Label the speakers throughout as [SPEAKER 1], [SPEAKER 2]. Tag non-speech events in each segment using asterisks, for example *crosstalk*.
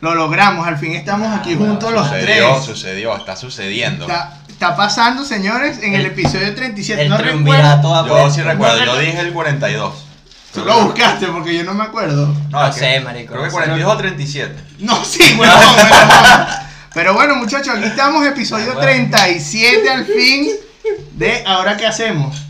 [SPEAKER 1] Lo logramos, al fin estamos aquí juntos los
[SPEAKER 2] sucedió,
[SPEAKER 1] tres.
[SPEAKER 2] sucedió, está sucediendo.
[SPEAKER 1] Está, está pasando, señores, en el,
[SPEAKER 3] El-
[SPEAKER 1] episodio 37.
[SPEAKER 3] El
[SPEAKER 1] no recuerdo.
[SPEAKER 3] triunvirato va
[SPEAKER 2] Yo
[SPEAKER 3] por-
[SPEAKER 2] sí recuerdo, yo dije el 42.
[SPEAKER 1] Tú lo buscaste porque yo no me acuerdo.
[SPEAKER 3] No
[SPEAKER 2] es que-
[SPEAKER 3] sé, marico, no
[SPEAKER 2] Creo que
[SPEAKER 3] sé.
[SPEAKER 2] 42 o 37.
[SPEAKER 1] No,
[SPEAKER 3] *laughs*
[SPEAKER 1] sí, bueno, bueno, Pero bueno, muchachos, aquí estamos, episodio
[SPEAKER 3] Bueno.
[SPEAKER 1] 37 al fin de Ahora qué hacemos.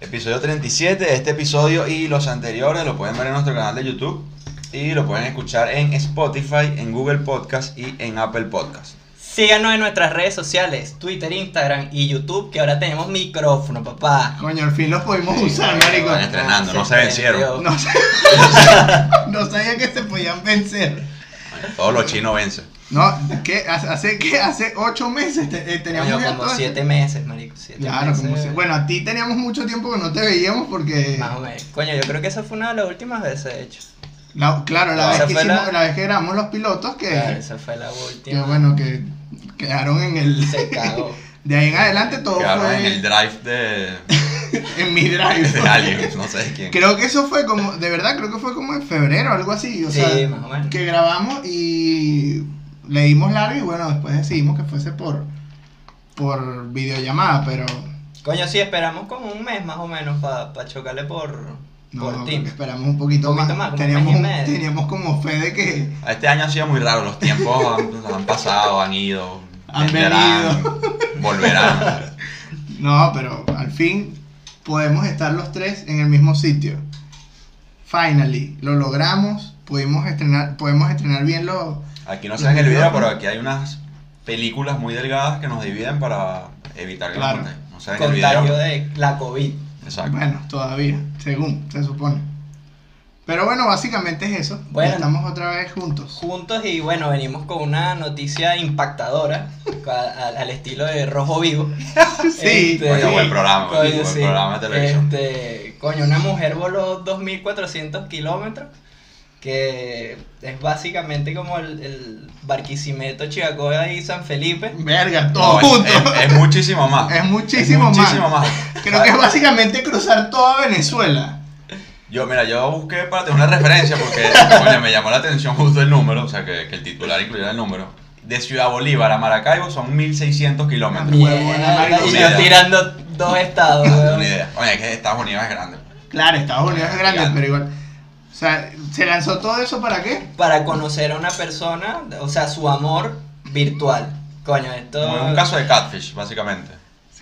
[SPEAKER 2] Episodio 37, este episodio y los anteriores lo pueden ver en nuestro canal de YouTube y lo pueden escuchar en Spotify, en Google Podcast y en Apple Podcast.
[SPEAKER 3] Síganos en nuestras redes sociales, Twitter, Instagram y YouTube, que ahora tenemos micrófono, papá.
[SPEAKER 1] Coño, al fin los pudimos usar, marico.
[SPEAKER 2] Están
[SPEAKER 3] este
[SPEAKER 2] estrenando, no se vencieron.
[SPEAKER 3] *laughs*
[SPEAKER 1] No, sa- no sabía que se podían vencer.
[SPEAKER 2] Todos los chinos vencen.
[SPEAKER 1] No, que hace que hace ocho meses te- eh, teníamos
[SPEAKER 3] Coño,
[SPEAKER 1] ya
[SPEAKER 3] como
[SPEAKER 1] todo-
[SPEAKER 3] siete meses, marico. Siete
[SPEAKER 1] Claro,
[SPEAKER 3] meses.
[SPEAKER 1] como si- bueno, eh. a ti teníamos mucho tiempo que no te veíamos porque
[SPEAKER 3] Más o menos. Coño, yo creo que esa fue una de las últimas veces, de hecho.
[SPEAKER 1] la- claro, la
[SPEAKER 3] Esa
[SPEAKER 1] vez que
[SPEAKER 3] fue la-
[SPEAKER 1] hicimos, la vez que grabamos los pilotos que,
[SPEAKER 3] Claro, esa fue la
[SPEAKER 1] que
[SPEAKER 3] última.
[SPEAKER 1] Eh. bueno que quedaron en el
[SPEAKER 3] Se cagó.
[SPEAKER 1] de ahí en adelante todo
[SPEAKER 2] Quedaron
[SPEAKER 1] fue
[SPEAKER 2] en el drive de,
[SPEAKER 1] en mi
[SPEAKER 3] *laughs*
[SPEAKER 1] drive.
[SPEAKER 2] de alguien, no sé de quién.
[SPEAKER 1] Creo que eso fue como, de verdad, creo que fue como en febrero, algo así. *laughs* O
[SPEAKER 3] Sí,
[SPEAKER 1] sea,
[SPEAKER 3] más o menos.
[SPEAKER 1] que grabamos y leímos largo y bueno, después decidimos que fuese por, por videollamada, pero
[SPEAKER 3] Coño, sí, esperamos como un mes más o menos para chocarle por,
[SPEAKER 1] no,
[SPEAKER 3] por
[SPEAKER 1] no,
[SPEAKER 3] Teams.
[SPEAKER 1] esperamos un poquito,
[SPEAKER 3] Un
[SPEAKER 1] más.
[SPEAKER 3] poquito más, como
[SPEAKER 1] teníamos,
[SPEAKER 3] un
[SPEAKER 1] un-
[SPEAKER 3] mes y medio.
[SPEAKER 1] teníamos como fe de que
[SPEAKER 2] Este año ha sido muy raro, los tiempos han, han pasado, han ido,
[SPEAKER 1] Han
[SPEAKER 2] vendrán, volverán.
[SPEAKER 1] no, pero al fin podemos estar los tres en el mismo sitio. Finally, lo logramos, pudimos estrenar, podemos estrenar bien los...
[SPEAKER 2] Aquí no se ven el video, pero aquí hay unas películas muy delgadas que nos dividen para evitar que
[SPEAKER 1] Claro.
[SPEAKER 2] nos conten- no se ven el
[SPEAKER 3] Contagio
[SPEAKER 2] video.
[SPEAKER 3] de la COVID.
[SPEAKER 2] Exacto.
[SPEAKER 1] Bueno, todavía, según se supone. Pero bueno, básicamente es eso.
[SPEAKER 3] Bueno.
[SPEAKER 1] Ya Estamos otra vez
[SPEAKER 3] *laughs*
[SPEAKER 1] juntos.
[SPEAKER 3] Juntos y bueno, venimos con una noticia impactadora a- a- al estilo de Rojo Vivo.
[SPEAKER 1] Sí.
[SPEAKER 3] Este,
[SPEAKER 2] Coño, buen programa,
[SPEAKER 3] Coño,
[SPEAKER 2] buen
[SPEAKER 3] sí.
[SPEAKER 2] programa de televisión.
[SPEAKER 3] Este, coño, una mujer voló 2.400 kilómetros, que es básicamente como el, el Barquisimeto, Chicagoya y San Felipe.
[SPEAKER 1] Verga,
[SPEAKER 2] No,
[SPEAKER 1] todo
[SPEAKER 2] es-
[SPEAKER 1] junto.
[SPEAKER 2] Es, es muchísimo más.
[SPEAKER 1] Es muchísimo
[SPEAKER 2] Es
[SPEAKER 1] más.
[SPEAKER 2] muchísimo más.
[SPEAKER 1] *laughs* Creo que es básicamente cruzar toda Venezuela.
[SPEAKER 2] Yo, mira, yo busqué para tener una referencia porque coño, me llamó la atención justo el número, o sea, que, que el titular incluyera el número. De Ciudad Bolívar a Maracaibo son 1600 kilómetros.
[SPEAKER 1] Mierda, marico.
[SPEAKER 3] y yo tirando dos estados,
[SPEAKER 2] No,
[SPEAKER 3] weón.
[SPEAKER 2] ni idea. Oye, es que Estados Unidos es grande.
[SPEAKER 1] Claro, Estados Unidos es grande,
[SPEAKER 2] Gigante.
[SPEAKER 1] pero igual. O sea, ¿se lanzó todo eso para qué?
[SPEAKER 3] para conocer a una persona, o sea, su amor virtual. Coño, esto...
[SPEAKER 2] Como un caso de catfish, básicamente.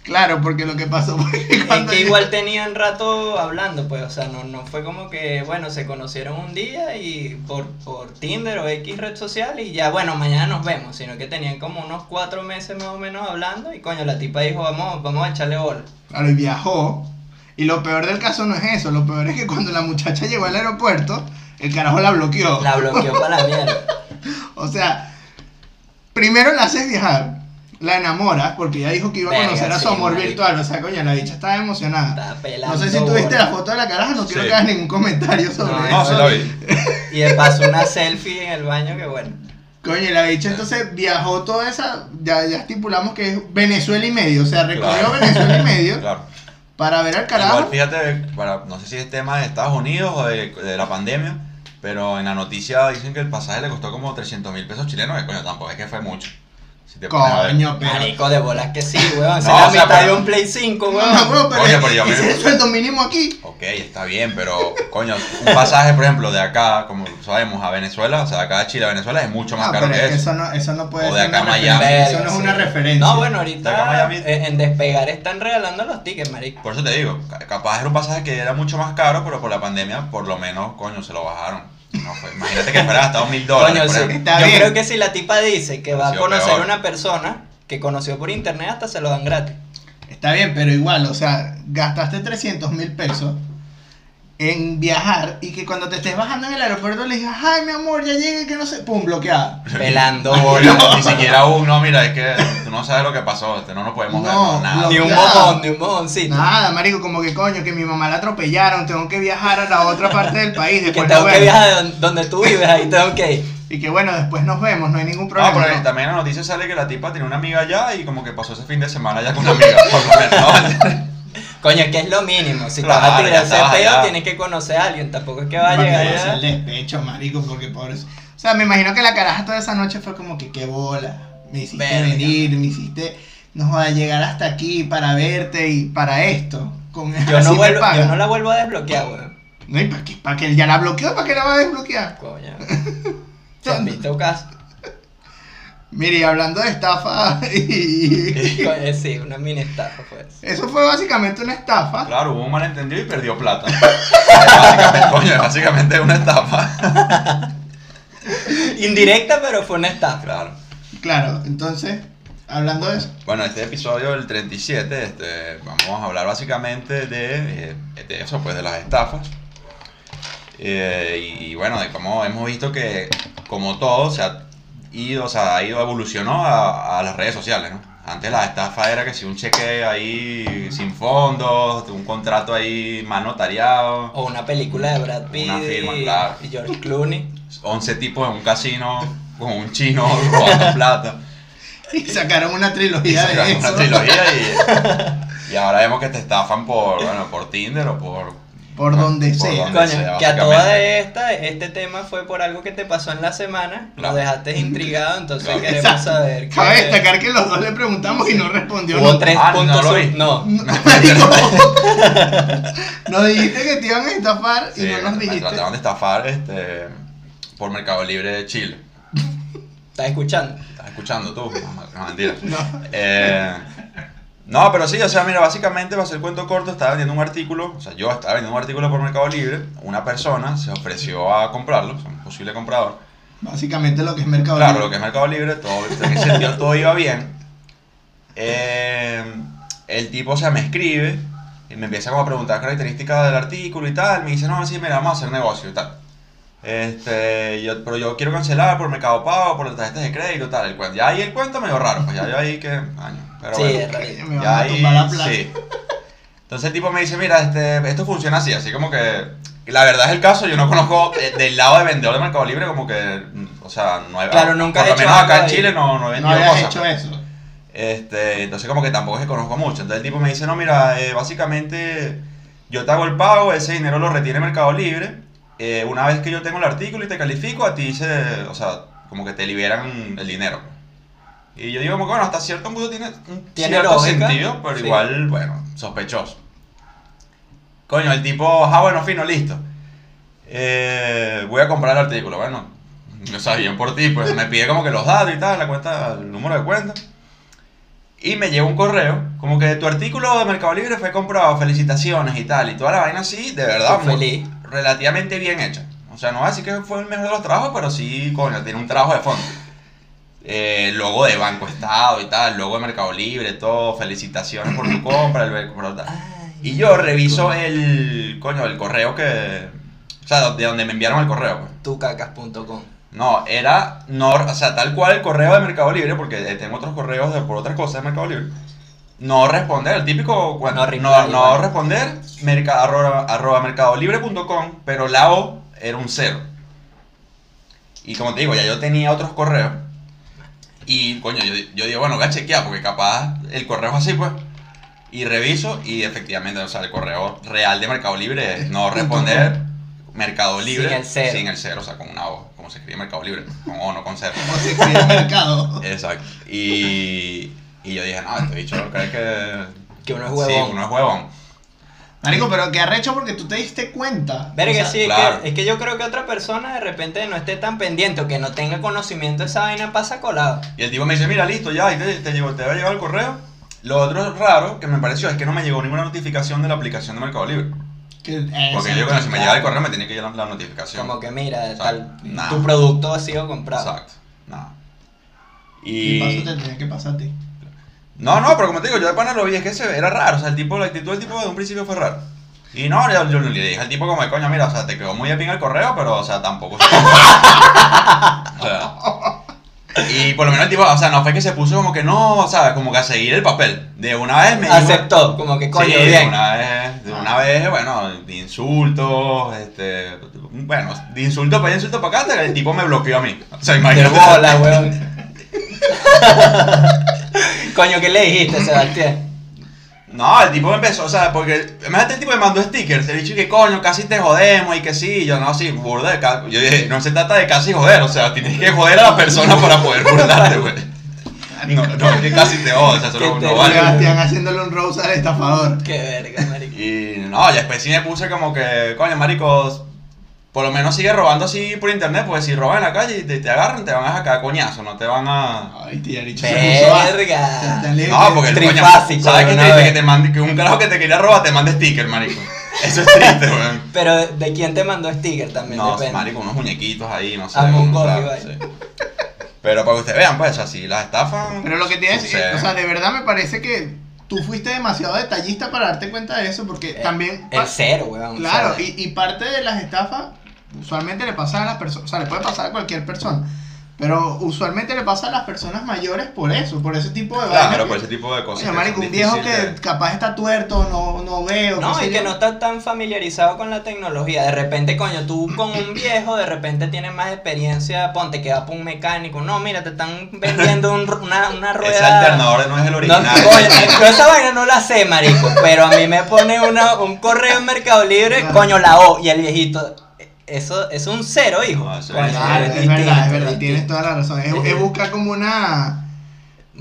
[SPEAKER 1] Claro, porque lo que pasó fue *laughs* que
[SPEAKER 3] Es
[SPEAKER 1] cuando.
[SPEAKER 3] que igual tenían rato hablando, pues, o sea, no, no fue como que, bueno, se conocieron un día y por, por Tinder o X red social y ya, bueno, mañana nos vemos, sino que tenían como unos cuatro meses más o menos hablando y coño, la tipa dijo, vamos, vamos a echarle bola.
[SPEAKER 1] Claro, y viajó. Y lo peor del caso no es eso. Lo peor es que cuando la muchacha llegó al aeropuerto, el carajo la bloqueó.
[SPEAKER 3] La bloqueó para la
[SPEAKER 1] *laughs*
[SPEAKER 3] mierda.
[SPEAKER 1] O sea, primero la haces viajar, la enamoras, porque ella dijo que iba a
[SPEAKER 3] Verga,
[SPEAKER 1] conocer a su
[SPEAKER 3] sí,
[SPEAKER 1] amor
[SPEAKER 3] marico.
[SPEAKER 1] virtual. O sea, coño, la dicha estaba emocionada.
[SPEAKER 3] Estaba pelando
[SPEAKER 1] No sé si tuviste la
[SPEAKER 3] bola.
[SPEAKER 1] foto de la caraja, no quiero
[SPEAKER 2] Sí.
[SPEAKER 1] que hagas ningún comentario sobre
[SPEAKER 3] No,
[SPEAKER 2] No,
[SPEAKER 1] eso.
[SPEAKER 2] sí la
[SPEAKER 1] ¿Eh?
[SPEAKER 2] vi.
[SPEAKER 3] Y de paso una selfie en el baño que bueno.
[SPEAKER 1] Coño, y la bicha entonces viajó toda esa, ya, ya estipulamos que es Venezuela y medio, o sea, recorrió
[SPEAKER 2] Claro.
[SPEAKER 1] Venezuela y medio
[SPEAKER 2] *laughs* Claro.
[SPEAKER 1] para ver al
[SPEAKER 2] Igual,
[SPEAKER 1] carajo.
[SPEAKER 2] fíjate, para, no sé si es tema de Estados Unidos o de, de la pandemia, pero en la noticia dicen que el pasaje le costó como 300 mil pesos chilenos, que coño, tampoco es que fue mucho. Si te pones a ver.
[SPEAKER 1] Coño, pero...
[SPEAKER 3] Marico de bolas que sí, weón. Esa
[SPEAKER 2] No,
[SPEAKER 3] es la
[SPEAKER 2] o sea,
[SPEAKER 3] mitad
[SPEAKER 2] pero-
[SPEAKER 3] de un Play 5,
[SPEAKER 1] No,
[SPEAKER 3] weón.
[SPEAKER 1] no, pero,
[SPEAKER 2] Coño, pero yo
[SPEAKER 1] ese
[SPEAKER 2] me-
[SPEAKER 1] es el sueldo mínimo aquí.
[SPEAKER 2] Ok, está bien, pero coño, un pasaje, por ejemplo, de acá, como sabemos, a Venezuela, o sea, de acá a Chile a Venezuela es mucho más
[SPEAKER 1] No,
[SPEAKER 2] caro
[SPEAKER 1] Ah, pero
[SPEAKER 2] que
[SPEAKER 1] es que
[SPEAKER 2] eso.
[SPEAKER 1] eso no, eso no puede
[SPEAKER 2] O de
[SPEAKER 1] ser
[SPEAKER 2] acá a
[SPEAKER 1] una
[SPEAKER 2] Miami.
[SPEAKER 1] referencia, Eso no
[SPEAKER 3] Verga,
[SPEAKER 1] es una
[SPEAKER 3] sí.
[SPEAKER 1] referencia.
[SPEAKER 3] No, bueno,
[SPEAKER 2] Acá en
[SPEAKER 3] ahorita
[SPEAKER 2] Miami.
[SPEAKER 3] eh, en despegar están regalando los tickets, marico.
[SPEAKER 2] Por eso te digo, ca- capaz era un pasaje que era mucho más caro, pero por la pandemia, por lo menos, coño, se lo bajaron. No fue- imagínate que fuera hasta 2 mil dólares.
[SPEAKER 3] Coño,
[SPEAKER 2] por
[SPEAKER 3] sí.
[SPEAKER 2] ejemplo.
[SPEAKER 1] Está
[SPEAKER 3] yo
[SPEAKER 1] bien.
[SPEAKER 3] creo que si la tipa dice que va
[SPEAKER 2] Ha
[SPEAKER 3] a
[SPEAKER 2] sido
[SPEAKER 3] conocer
[SPEAKER 2] peor.
[SPEAKER 3] a una persona que conoció por internet, hasta se lo dan
[SPEAKER 2] *laughs*
[SPEAKER 3] gratis.
[SPEAKER 1] Está bien, pero igual, o sea, gastaste 300 mil pesos en viajar y que cuando te estés bajando en el aeropuerto le digas, ay, mi amor, ya llegué, que no sé, pum, bloqueada.
[SPEAKER 3] *laughs* Pelando
[SPEAKER 2] Coño,
[SPEAKER 3] bolas.
[SPEAKER 2] Ni siquiera uno, mira, es que tú no sabes lo que pasó, este, no nos podemos ver,
[SPEAKER 1] No,
[SPEAKER 2] no, nada.
[SPEAKER 1] no.
[SPEAKER 3] Ni un
[SPEAKER 1] Ya.
[SPEAKER 3] mojón, ni un mojoncito.
[SPEAKER 1] Nada, marico, como que coño, que mi mamá la atropellaron, tengo que viajar a la otra parte del
[SPEAKER 2] *laughs*
[SPEAKER 1] país,
[SPEAKER 3] que
[SPEAKER 1] después
[SPEAKER 3] tengo
[SPEAKER 1] nos
[SPEAKER 3] que
[SPEAKER 1] vemos.
[SPEAKER 3] viajar de don- donde tú vives, ahí tengo que ir.
[SPEAKER 1] Y que bueno, después nos vemos, no hay ningún
[SPEAKER 2] No,
[SPEAKER 1] problema.
[SPEAKER 2] Ah, pero
[SPEAKER 1] ¿no?
[SPEAKER 2] también en la noticia sale que la tipa tenía una amiga allá y como que pasó ese fin de semana ya con una amiga, *laughs* por lo menos. ¿no?
[SPEAKER 3] Coño, que es lo mínimo. Si
[SPEAKER 2] Claro,
[SPEAKER 3] te vas a
[SPEAKER 2] ya
[SPEAKER 3] tirar ese
[SPEAKER 2] estabas
[SPEAKER 3] pedo,
[SPEAKER 2] allá.
[SPEAKER 3] tienes que conocer a alguien. Tampoco es que va a
[SPEAKER 1] Para que
[SPEAKER 3] llegar.
[SPEAKER 1] no sea
[SPEAKER 3] allá.
[SPEAKER 1] el despecho, marico, porque por eso. O O sea, me imagino que la caraja toda esa noche fue como que qué bola. Me hiciste
[SPEAKER 3] Verga.
[SPEAKER 1] venir, me hiciste no a llegar hasta aquí para verte y para esto. Con
[SPEAKER 3] Yo
[SPEAKER 1] *laughs* así
[SPEAKER 3] no,
[SPEAKER 1] me
[SPEAKER 3] vuelvo, yo
[SPEAKER 1] pagan.
[SPEAKER 3] no la vuelvo a desbloquear, weón.
[SPEAKER 1] No, y para que, para que ya la bloqueó, para que la va a desbloquear. *laughs*
[SPEAKER 3] Coño. Se han visto casos.
[SPEAKER 2] *laughs*
[SPEAKER 1] Mire, y hablando de estafa *laughs* y-
[SPEAKER 3] Coño, Sí, una mini estafa, pues.
[SPEAKER 1] Eso fue básicamente una estafa.
[SPEAKER 2] Claro, hubo un malentendido y perdió plata. *laughs* básicamente, coño, básicamente es una estafa.
[SPEAKER 3] Indirecta, pero fue una estafa.
[SPEAKER 2] Claro.
[SPEAKER 1] Claro, entonces, hablando de eso. *laughs*
[SPEAKER 2] Bueno, este episodio, el 37, este, vamos a hablar básicamente de, eh, de eso, pues de las estafas. Eh, y, y bueno, de cómo hemos visto que, como todo, se ha ido, se ha ido, evolucionó a, a las redes sociales, ¿no? Antes la estafa era que si un cheque ahí sin fondos, un contrato ahí mal notariado,
[SPEAKER 3] O una película de Brad Pitt
[SPEAKER 2] Una firma,
[SPEAKER 3] y,
[SPEAKER 2] claro.
[SPEAKER 3] y George Clooney.
[SPEAKER 2] 11 tipos en un casino con un chino *laughs* robando plata.
[SPEAKER 1] Y sacaron una trilogía
[SPEAKER 2] Hicieron
[SPEAKER 1] de eso.
[SPEAKER 2] una trilogía y, y ahora vemos que te estafan por, bueno, por Tinder o por...
[SPEAKER 1] Por donde
[SPEAKER 2] Por
[SPEAKER 1] sea.
[SPEAKER 2] donde-
[SPEAKER 3] Coño,
[SPEAKER 2] sea,
[SPEAKER 3] que a
[SPEAKER 2] básicamente.
[SPEAKER 3] toda esta, este tema fue por algo que te pasó en la semana. Lo
[SPEAKER 2] Claro.
[SPEAKER 3] dejaste intrigado, entonces
[SPEAKER 2] Claro. *laughs*
[SPEAKER 3] queremos
[SPEAKER 1] Exacto.
[SPEAKER 3] saber. qué-
[SPEAKER 1] Cabe destacar que los dos le preguntamos y no respondió.
[SPEAKER 3] Hubo
[SPEAKER 1] nunca.
[SPEAKER 3] tres
[SPEAKER 2] Ah, no
[SPEAKER 3] puntos.
[SPEAKER 2] lo
[SPEAKER 3] sub-
[SPEAKER 2] vi.
[SPEAKER 3] No,
[SPEAKER 2] *laughs*
[SPEAKER 1] No, marico. Nos dijiste que te iban a estafar
[SPEAKER 2] Sí,
[SPEAKER 1] y no
[SPEAKER 2] me-
[SPEAKER 1] nos
[SPEAKER 2] me
[SPEAKER 1] dijiste.
[SPEAKER 2] trataron de estafar este, por Mercado Libre de Chile.
[SPEAKER 3] estás escuchando.
[SPEAKER 2] ¿Estás escuchando tú? No, no, mentira.
[SPEAKER 1] No.
[SPEAKER 2] Eh, no, pero sí, o sea, mira, básicamente, para hacer el cuento corto, estaba vendiendo un artículo, o sea, yo estaba vendiendo un artículo por Mercado Libre, una persona se ofreció a comprarlo, o sea, un posible comprador,
[SPEAKER 1] Básicamente lo que es Mercado
[SPEAKER 2] Claro,
[SPEAKER 1] Libre.
[SPEAKER 2] lo que es Mercado Libre, todo, en ese sentido todo iba bien. Eh, el tipo, o sea, me escribe y me empieza como a preguntar características del artículo y tal. Me dice, no, sí, mira, vamos a hacer negocio y tal. Este, yo, pero yo quiero cancelar por Mercado Pago, por las tarjetas de crédito y tal. El cuento, ya ahí el cuento medio raro, pues ya yo ahí que... año, pero
[SPEAKER 3] sí,
[SPEAKER 2] bueno.
[SPEAKER 3] es
[SPEAKER 1] Que
[SPEAKER 3] realidad.
[SPEAKER 1] Eh, me van
[SPEAKER 2] Ya
[SPEAKER 1] a tumbar la
[SPEAKER 2] ahí,
[SPEAKER 1] plata.
[SPEAKER 2] sí. Entonces el tipo me dice, mira, este, esto funciona así, así como que... y La verdad es el caso, yo no conozco eh, del lado de vendedor de Mercado Libre como que... mm, O sea, no he...
[SPEAKER 3] Claro, nunca
[SPEAKER 2] Por
[SPEAKER 3] he
[SPEAKER 2] lo
[SPEAKER 3] hecho
[SPEAKER 2] menos
[SPEAKER 3] algo
[SPEAKER 2] acá en
[SPEAKER 3] ahí.
[SPEAKER 2] Chile no, no he
[SPEAKER 1] No
[SPEAKER 2] vendido
[SPEAKER 1] habías
[SPEAKER 2] cosas. pues.
[SPEAKER 1] hecho eso.
[SPEAKER 2] Este, entonces como que tampoco es que conozco mucho. Entonces el tipo me dice, no, mira, eh, básicamente yo te hago el pago, ese dinero lo retiene Mercado Libre. eh, una vez que yo tengo el artículo y te califico, a ti se, o sea, como que te liberan el dinero. Y yo digo, como que, bueno, hasta cierto punto tiene, un
[SPEAKER 3] Tiene
[SPEAKER 2] cierto
[SPEAKER 3] lógica,
[SPEAKER 2] sentido, pero
[SPEAKER 3] sí.
[SPEAKER 2] igual, bueno, sospechoso. Coño, el tipo, ah, bueno, fino, listo. Eh, voy a comprar el artículo, bueno, no sabía por ti, pues me pide como que los datos y tal, la cuenta, el número de cuenta. Y me llegó un correo, como que tu artículo de Mercado Libre fue comprado, felicitaciones y tal, y toda la vaina así, de verdad,
[SPEAKER 3] Estoy
[SPEAKER 2] muy-
[SPEAKER 3] feliz.
[SPEAKER 2] relativamente bien hecha. O sea, no así que fue el mejor de los trabajos, pero sí, coño, tiene un trabajo de fondo. Eh, logo de Banco Estado y tal, logo de Mercado Libre, todo, felicitaciones por tu compra, el, por tal. Y yo reviso el, coño, el correo que, o sea, de donde me enviaron el correo, pues.
[SPEAKER 3] Tucacas.com.
[SPEAKER 2] No, era, no, o sea, tal cual el correo de Mercado Libre, porque eh, tengo otros correos de- por otras cosas de Mercado Libre. No responder, el típico, bueno,
[SPEAKER 3] No
[SPEAKER 2] no,
[SPEAKER 3] reply,
[SPEAKER 2] no,
[SPEAKER 3] igual.
[SPEAKER 2] responder, merca, arroba, arroba mercadolibre.com, pero la O era un cero. Y como te digo, ya yo tenía otros correos. Y coño, yo, yo digo, bueno, voy a chequear, porque capaz el correo es así, pues. Y reviso, y efectivamente, o sea, el correo real de Mercado Libre es no
[SPEAKER 1] Punto com.
[SPEAKER 2] responder, Mercado Libre.
[SPEAKER 3] Sin el cero.
[SPEAKER 2] sin el cero, o sea, con una O, como se escribe Mercado Libre, con O, no con cero.
[SPEAKER 1] Como se escribe
[SPEAKER 2] *laughs*
[SPEAKER 1] mercado.
[SPEAKER 2] Exacto. Y, y yo dije, no, este bicho cree que...
[SPEAKER 3] Que uno es
[SPEAKER 2] Sí,
[SPEAKER 3] huevón.
[SPEAKER 2] uno es huevón.
[SPEAKER 1] Marico, pero qué arrecho porque tú te diste cuenta.
[SPEAKER 3] Verga,
[SPEAKER 1] O sea,
[SPEAKER 3] sí, es
[SPEAKER 2] claro.
[SPEAKER 3] que, es que yo creo que otra persona de repente no esté tan pendiente o que no tenga conocimiento de esa vaina pasa colado.
[SPEAKER 2] Y el tipo me dice, mira, listo, ya, y te, te, llegó, te va a llegar el correo. Lo otro raro que me pareció es que no me llegó ninguna notificación de la aplicación de Mercado Libre.
[SPEAKER 1] que- eh,
[SPEAKER 2] Porque yo cuando si me llegaba el correo me tenía que llegar la, la notificación.
[SPEAKER 3] Como que mira,
[SPEAKER 2] Exacto.
[SPEAKER 3] tal,
[SPEAKER 2] Nah.
[SPEAKER 3] tu producto ha sido comprado.
[SPEAKER 2] Exacto. Nada.
[SPEAKER 1] Y paso te tenía que pasar a ti.
[SPEAKER 2] No, no, pero como te digo, yo de pana lo vi, es que se- era raro, o sea, el tipo, la actitud del tipo de un principio fue raro. Y no, yo, yo le dije al tipo como, de, coño, mira, o sea, te quedó muy de pinga el correo, pero, o sea, tampoco... se- *laughs* O sea, y por lo menos el tipo, o sea, no fue que se puso como que no, o sea, como que a seguir el papel. De una vez me dijo-
[SPEAKER 3] Aceptó, como que coño,
[SPEAKER 2] Sí, de
[SPEAKER 3] bien. Ah.
[SPEAKER 2] una vez, de una vez, bueno, de insultos, este, bueno, de insulto para insulto para acá, hasta que el tipo me bloqueó a mí. O sea,
[SPEAKER 3] De
[SPEAKER 2] imagínate.
[SPEAKER 3] bola, *laughs* weón. Coño, ¿qué le dijiste, Sebastián?
[SPEAKER 2] No, el tipo empezó, o sea, porque. Imagínate el tipo me mandó stickers. El bicho que coño, casi te jodemos y que sí. Yo no, sí, burda de ca- Yo dije, no se trata de casi joder, o sea, tienes que joder a la persona para poder burlarte, güey. No, no, es que casi te odio, o sea, eso
[SPEAKER 3] Que
[SPEAKER 2] no,
[SPEAKER 3] te
[SPEAKER 2] no
[SPEAKER 3] diga.
[SPEAKER 2] vale.
[SPEAKER 1] Sebastián haciéndole un rose al estafador.
[SPEAKER 3] Qué verga, marico.
[SPEAKER 2] Y no, y después sí me puse como que, coño, maricos, por lo menos sigue robando así por internet, porque si roban en la calle y te, te agarran, te van a sacar a coñazo, no te van a.
[SPEAKER 1] Ay, tía, Richie.
[SPEAKER 3] Verga.
[SPEAKER 2] No, porque el coño,
[SPEAKER 3] Trifásico,
[SPEAKER 2] ¿sabes
[SPEAKER 3] de
[SPEAKER 2] qué
[SPEAKER 3] una
[SPEAKER 2] triste?
[SPEAKER 3] vez.
[SPEAKER 2] Que, te mande, que un carajo que te quería robar te mande sticker, marico. Eso es
[SPEAKER 3] *laughs*
[SPEAKER 2] triste, weón.
[SPEAKER 3] Pero de quién te mandó sticker también
[SPEAKER 2] No,
[SPEAKER 3] depende.
[SPEAKER 2] marico, unos muñequitos ahí, no sé.
[SPEAKER 3] Ah,
[SPEAKER 2] un-
[SPEAKER 3] Mongolia,
[SPEAKER 2] claro,
[SPEAKER 3] vaya.
[SPEAKER 2] sí. Pero para que ustedes vean, pues, así, las estafan.
[SPEAKER 1] Pero lo que tienes,
[SPEAKER 2] Sí.
[SPEAKER 1] o sea, de verdad me parece que tú fuiste demasiado detallista para darte cuenta de eso, porque
[SPEAKER 3] Eh,
[SPEAKER 1] también.
[SPEAKER 3] El cero, weón.
[SPEAKER 1] Claro,
[SPEAKER 3] o sea,
[SPEAKER 1] y, y parte de las estafas usualmente le pasa a las personas, o sea, le puede pasar a cualquier persona, pero usualmente le pasa a las personas mayores por eso, por ese tipo de vainas
[SPEAKER 2] Claro,
[SPEAKER 1] que-
[SPEAKER 2] por ese tipo de cosas.
[SPEAKER 1] Coño,
[SPEAKER 2] que
[SPEAKER 1] marico,
[SPEAKER 2] son
[SPEAKER 1] un viejo que
[SPEAKER 2] difíciles.
[SPEAKER 1] capaz está tuerto, no, no veo.
[SPEAKER 3] No,
[SPEAKER 1] qué sé
[SPEAKER 3] y que
[SPEAKER 1] yo.
[SPEAKER 3] no estás tan familiarizado con la tecnología. De repente, coño, tú con un viejo, de repente tienes más experiencia. Ponte que va por un mecánico. No, mira, te están vendiendo un- una, una rueda.
[SPEAKER 2] Ese alternador no es el
[SPEAKER 3] No,
[SPEAKER 2] original.
[SPEAKER 3] coño,
[SPEAKER 2] *laughs*
[SPEAKER 3] yo esa vaina no la sé, marico, pero a mí me pone una, un correo en Mercado Libre,
[SPEAKER 1] Claro.
[SPEAKER 3] coño, la O, y el viejito, eso es un cero, hijo.
[SPEAKER 2] No, eso
[SPEAKER 3] Coño,
[SPEAKER 2] es-
[SPEAKER 1] Pues Claro, es
[SPEAKER 3] distinto,
[SPEAKER 1] verdad, es verdad,
[SPEAKER 3] distinto.
[SPEAKER 1] tienes toda la razón. Es, es buscar como una.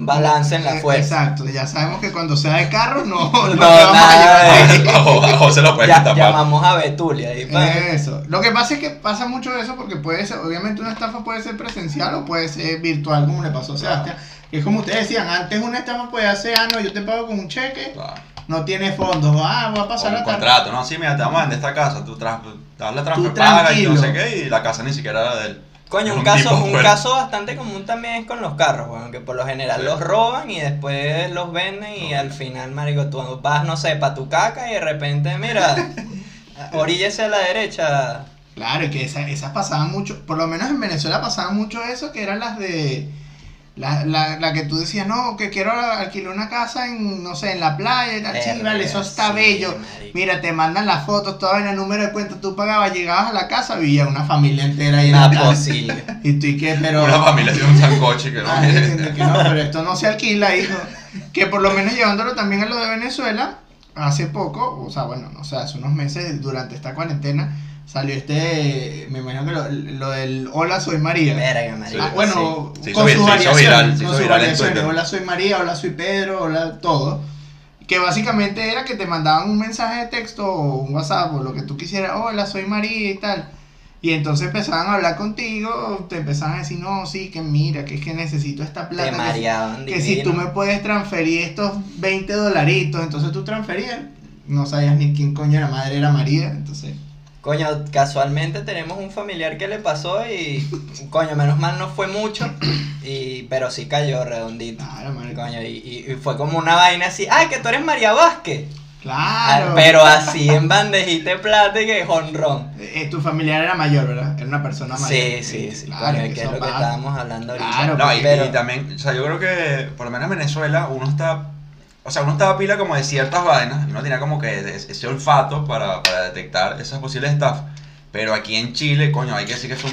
[SPEAKER 3] Balance en la
[SPEAKER 1] Eh,
[SPEAKER 3] fuerza.
[SPEAKER 1] Exacto, ya sabemos que cuando sea de carro
[SPEAKER 3] *laughs*
[SPEAKER 1] no, no,
[SPEAKER 3] No,
[SPEAKER 1] te vamos
[SPEAKER 3] nada
[SPEAKER 1] a llevar.
[SPEAKER 3] de-
[SPEAKER 2] Bajo, bajo se lo puede
[SPEAKER 3] Ya,
[SPEAKER 2] tapar.
[SPEAKER 3] llamamos a Betulia ahí, pa.
[SPEAKER 1] Eso. Lo que pasa es que pasa mucho eso porque puede ser, obviamente una estafa puede ser presencial o puede ser virtual, como le pasó a Sebastián. Que es como ustedes decían, antes una estafa podía ser, ah, no, yo te pago con un cheque,
[SPEAKER 2] Claro.
[SPEAKER 1] no tiene fondos, ah, voy a
[SPEAKER 2] O
[SPEAKER 1] pasar
[SPEAKER 2] un
[SPEAKER 1] la tarde.
[SPEAKER 2] contrato, no, sí, mira, te vamos a vender esta casa, tú tras, das la transfer,
[SPEAKER 1] Tú
[SPEAKER 2] paga y no
[SPEAKER 1] tranquilo.
[SPEAKER 2] sé qué, y la casa ni siquiera era de él.
[SPEAKER 3] Coño, un
[SPEAKER 2] Un
[SPEAKER 3] caso,
[SPEAKER 2] tipo
[SPEAKER 3] un
[SPEAKER 2] fuerte.
[SPEAKER 3] caso bastante común también es con los carros, weón, que por lo general
[SPEAKER 2] Sí.
[SPEAKER 3] los roban y después los venden y al final, marico, tú vas, no sé, pa' tu caca y de repente,
[SPEAKER 1] *laughs*
[SPEAKER 3] mira, oríllese a la derecha.
[SPEAKER 1] Claro, y que esa- esas, pasaban mucho, por lo menos en Venezuela pasaban mucho eso, que eran las de... La, la, la que tú decías, no, que quiero alquilar una casa en, no sé, en la playa, y tal. sí, vale, eso está
[SPEAKER 3] Sí,
[SPEAKER 1] bello.
[SPEAKER 3] marico.
[SPEAKER 1] Mira, te mandan las fotos, todo en el número de cuenta, tú pagabas, llegabas a la casa, vivía una familia entera ahí en la
[SPEAKER 3] Una
[SPEAKER 1] playa.
[SPEAKER 3] posible.
[SPEAKER 1] Y tú, ¿y qué? Pero...
[SPEAKER 2] Una familia tiene un sancoche que no
[SPEAKER 1] Ah,
[SPEAKER 2] quiere.
[SPEAKER 1] entiendo que no, pero esto no se alquila, hijo. Que por lo menos llevándolo también a lo de Venezuela, hace poco, o sea, bueno, no sé, hace unos meses, durante esta cuarentena, salió este, me imagino que lo, lo del Hola, soy María.
[SPEAKER 3] Verga, marico.
[SPEAKER 1] Ah, bueno,
[SPEAKER 2] sí. Se hizo
[SPEAKER 1] con
[SPEAKER 2] vi-
[SPEAKER 1] sus
[SPEAKER 2] se hizo
[SPEAKER 1] variaciones,
[SPEAKER 2] viral, se hizo
[SPEAKER 1] con sus
[SPEAKER 2] viral en
[SPEAKER 1] variaciones,
[SPEAKER 2] Twitter.
[SPEAKER 1] Hola, soy María, hola, soy Pedro, hola, todo. Que básicamente era que te mandaban un mensaje de texto o un WhatsApp o lo que tú quisieras, hola, soy María y tal. Y entonces empezaban a hablar contigo, te empezaban a decir, no, sí, que mira, que es que necesito esta plata.
[SPEAKER 3] Te
[SPEAKER 1] que-
[SPEAKER 3] mareaban
[SPEAKER 1] que si tú me puedes transferir estos 20 dolaritos, entonces tú transferías. No sabías ni quién coño era madre, era María. Entonces,
[SPEAKER 3] Coño, casualmente tenemos un familiar que le pasó y coño, menos mal no fue mucho, y pero sí cayó redondito.
[SPEAKER 1] claro, marico.
[SPEAKER 3] Coño, y, y- y fue como una vaina así, ay, que tú eres María Vázquez.
[SPEAKER 1] Claro.
[SPEAKER 3] Ah, Pero así en bandejita de plata y que jonrón.
[SPEAKER 1] Eh, tu familiar era mayor, ¿verdad? Era una persona mayor.
[SPEAKER 3] Sí, sí, sí.
[SPEAKER 1] Claro,
[SPEAKER 3] coño, que es
[SPEAKER 1] eso
[SPEAKER 3] lo que
[SPEAKER 1] pasa.
[SPEAKER 3] estábamos hablando ahorita.
[SPEAKER 1] Claro,
[SPEAKER 2] No, y,
[SPEAKER 3] pero-
[SPEAKER 2] y también, o sea, yo creo que por lo menos en Venezuela uno está, o sea, uno estaba pila como de ciertas vainas y uno tenía como que es- ese olfato para, para detectar esas posibles estafas. Pero aquí en Chile, coño, hay que decir que son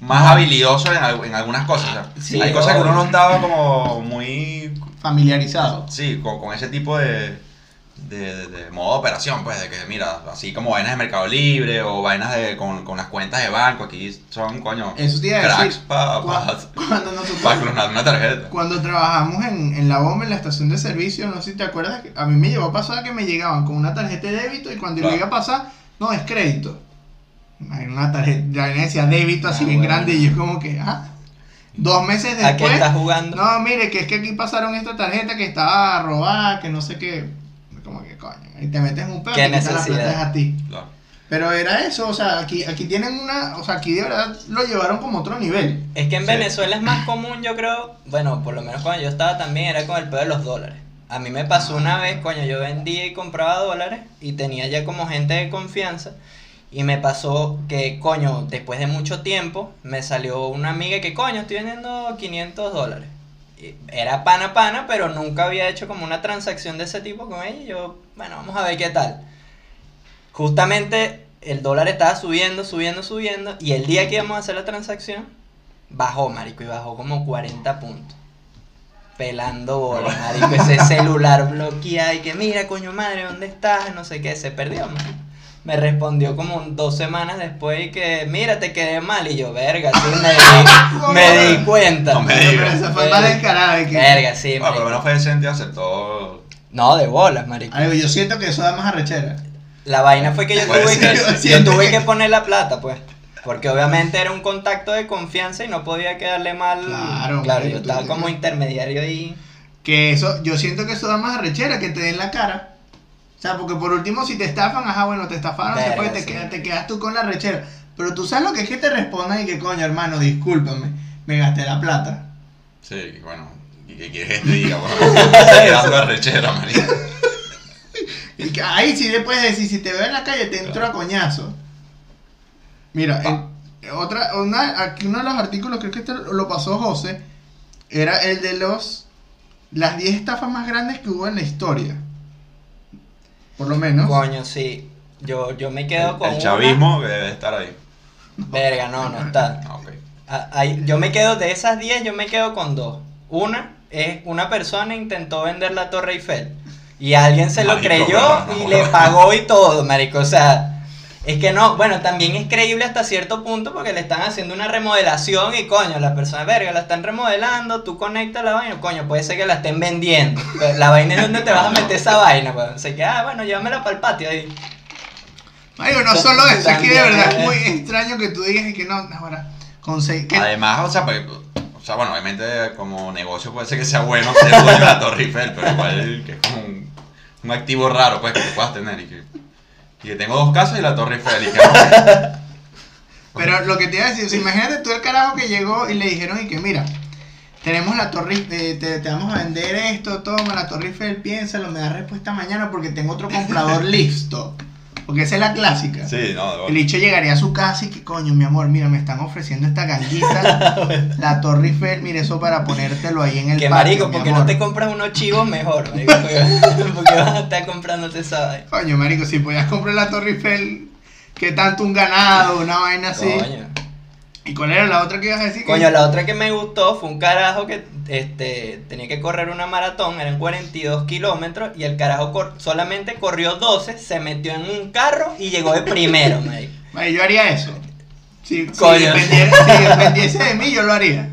[SPEAKER 2] más habilidosos en, al- en algunas cosas. o sea,
[SPEAKER 3] Sí,
[SPEAKER 2] hay cosas que uno
[SPEAKER 3] obvio.
[SPEAKER 2] no estaba como muy,
[SPEAKER 1] Familiarizado.
[SPEAKER 2] sí, con, con ese tipo de, de, de- de modo de operación, pues, de que, mira, así como vainas de Mercado Libre o vainas de, con, con las cuentas de banco, aquí son, coño,
[SPEAKER 1] Eso te iba a
[SPEAKER 2] cracks
[SPEAKER 1] decir.
[SPEAKER 2] para
[SPEAKER 1] Cua- Cuando nosotros.
[SPEAKER 2] clonar una tarjeta.
[SPEAKER 1] Cuando trabajamos en, en la bomba, en la estación de servicio, no sé si te acuerdas, que a mí me llegó a pasar que me llegaban con una tarjeta de débito y cuando
[SPEAKER 2] Claro.
[SPEAKER 1] llega a pasar, no, es crédito. Hay una tarjeta, la vaina decía débito así
[SPEAKER 3] Ah,
[SPEAKER 1] bien
[SPEAKER 3] bueno.
[SPEAKER 1] grande y yo como que, ah, dos meses
[SPEAKER 3] ¿A qué
[SPEAKER 1] después,
[SPEAKER 3] estás jugando?
[SPEAKER 1] no, mire, que es que aquí pasaron esta tarjeta que estaba robada, que no sé qué, como que coño, y te metes en un pedo y te
[SPEAKER 3] Qué
[SPEAKER 1] quitan las
[SPEAKER 3] necesidad.
[SPEAKER 1] platas a ti.
[SPEAKER 2] Claro.
[SPEAKER 1] Pero era eso, o sea, aquí, aquí tienen una, o sea, aquí de verdad lo llevaron como otro nivel.
[SPEAKER 3] Es que en
[SPEAKER 2] Sí.
[SPEAKER 3] Venezuela es más común, yo creo, bueno, por lo menos cuando yo estaba también era con el pedo de los dólares. A mí me pasó una vez, coño, yo vendía y compraba dólares y tenía ya como gente de confianza y me pasó que, coño, después de mucho tiempo me salió una amiga que, coño, estoy vendiendo 500 dólares. Y Era pana pana, pero nunca había hecho como una transacción de ese tipo con ella y yo, bueno, vamos a ver qué tal. Justamente el dólar estaba subiendo, subiendo, subiendo y el día que íbamos a hacer la transacción bajó, marico, y bajó como 40 puntos. pelando bolas, marico. Ese celular bloqueado y que mira, coño madre, ¿dónde estás? No sé qué, se perdió, marico. Me respondió como un- dos semanas después y que, mira, te quedé mal. Y yo, verga, sí,
[SPEAKER 2] *laughs*
[SPEAKER 3] me di, me di cuenta. Eh,
[SPEAKER 2] No
[SPEAKER 1] *laughs*
[SPEAKER 2] me
[SPEAKER 1] Pero,
[SPEAKER 2] digas.
[SPEAKER 1] pero esa fue más descarada. de que-
[SPEAKER 3] Verga, sí,
[SPEAKER 2] Ah, por lo
[SPEAKER 3] marico.
[SPEAKER 2] menos fue decente y aceptó.
[SPEAKER 3] No, de bolas, marico.
[SPEAKER 1] Ay, yo siento que eso da más arrechera.
[SPEAKER 3] La vaina fue que yo
[SPEAKER 2] Puede
[SPEAKER 3] tuve
[SPEAKER 2] ser,
[SPEAKER 3] que,
[SPEAKER 1] yo
[SPEAKER 3] yo
[SPEAKER 1] siento
[SPEAKER 3] tuve
[SPEAKER 1] que-
[SPEAKER 3] que poner la plata, pues. Porque obviamente era un contacto de confianza y no podía quedarle mal.
[SPEAKER 1] Claro, marico,
[SPEAKER 3] yo
[SPEAKER 1] tú
[SPEAKER 3] estaba
[SPEAKER 1] tienes
[SPEAKER 3] como
[SPEAKER 1] que-
[SPEAKER 3] intermediario ahí.
[SPEAKER 1] Que eso, yo siento que eso da más arrechera que te den la cara. O sea, porque por último, si te estafan, ajá, bueno, te estafaron, se
[SPEAKER 3] Verga,
[SPEAKER 1] fue, te,
[SPEAKER 3] sí.
[SPEAKER 1] quedas, te quedas tú con la arrechera. Pero tú sabes lo que es que te respondan y que, coño, hermano, discúlpame, me gasté la plata.
[SPEAKER 2] Sí, y bueno. ¿Y qué quieres que te diga? Bueno, está quedando arrechera, marico.
[SPEAKER 1] Y que ahí sí le puedes decir, si te veo en la calle, te entro a coñazo. Mira,
[SPEAKER 2] Pa.
[SPEAKER 1] en- otra, una, aquí uno de los artículos, creo que este lo pasó José, era el de los las 10 estafas más grandes que hubo en la historia. Por lo menos.
[SPEAKER 3] Coño, sí. Yo, yo me quedo con.
[SPEAKER 2] El
[SPEAKER 3] una-
[SPEAKER 2] chavismo que debe estar ahí.
[SPEAKER 3] Verga, no, no está.
[SPEAKER 2] Ah, ok.
[SPEAKER 3] Ah, ahí- yo me quedo, de esas 10, yo me quedo con dos. Una es una persona intentó vender la Torre Eiffel y alguien se lo
[SPEAKER 2] Marico,
[SPEAKER 3] creyó
[SPEAKER 2] pero no,
[SPEAKER 3] y
[SPEAKER 2] no.
[SPEAKER 3] le pagó y todo, marico. O sea, es que no, bueno, también es creíble hasta cierto punto porque le están haciendo una remodelación y coño, las personas, verga, la están remodelando, tú conectas la vaina, coño, puede ser que la estén vendiendo. Pero La vaina es donde te vas a meter esa vaina, pues. Se queda, ah, bueno, llévamela para el patio ahí.
[SPEAKER 1] Ay, no solo eso, es que de
[SPEAKER 3] También,
[SPEAKER 1] verdad es
[SPEAKER 3] eh.
[SPEAKER 1] muy extraño que tú digas y que no, ahora, conseguí. que-
[SPEAKER 2] Además, o sea, pues, o sea, bueno, obviamente como negocio puede ser que sea bueno ser dueño de la Torre Eiffel, pero igual que es como un, un activo raro, pues, que tú puedas tener. Y que, y que tengo dos casas y la Torre Eiffel. Y que,
[SPEAKER 1] *laughs* Pero lo que te iba a decir, o sea, imagínate tú el carajo que llegó y le dijeron y que mira, tenemos la torre, eh, te, te vamos a vender esto, toma la torre Eiffel, piénsalo, me da respuesta mañana porque tengo otro
[SPEAKER 3] *laughs*
[SPEAKER 1] comprador listo. Porque esa es la clásica.
[SPEAKER 2] sí, no, de bola.
[SPEAKER 1] El dicho llegaría a su casa y que coño, mi amor, mira, me están ofreciendo esta
[SPEAKER 3] *laughs*
[SPEAKER 1] ganguita, la torre Eiffel, mira eso para ponértelo ahí en el
[SPEAKER 3] Que
[SPEAKER 1] patio,
[SPEAKER 3] marico,
[SPEAKER 1] mi
[SPEAKER 3] porque no
[SPEAKER 1] amor".
[SPEAKER 3] te compras unos chivos mejor, marico, porque, *laughs* porque vas a estar comprándote esa vaina.
[SPEAKER 1] Coño, marico, si podías comprar la torre Eiffel, que tanto un ganado, una vaina así.
[SPEAKER 3] Coño.
[SPEAKER 1] ¿Y cuál era la otra que ibas a decir?
[SPEAKER 3] Coño, la otra que me gustó fue un carajo que este, tenía que correr una maratón, eran 42 kilómetros, y el carajo cor- solamente corrió 12, se metió en un carro y llegó de primero,
[SPEAKER 2] *laughs*
[SPEAKER 3] marico.
[SPEAKER 1] Vale, yo haría eso. Si, si
[SPEAKER 3] Coño.
[SPEAKER 1] dependiera- si dependiese de mí, yo lo haría.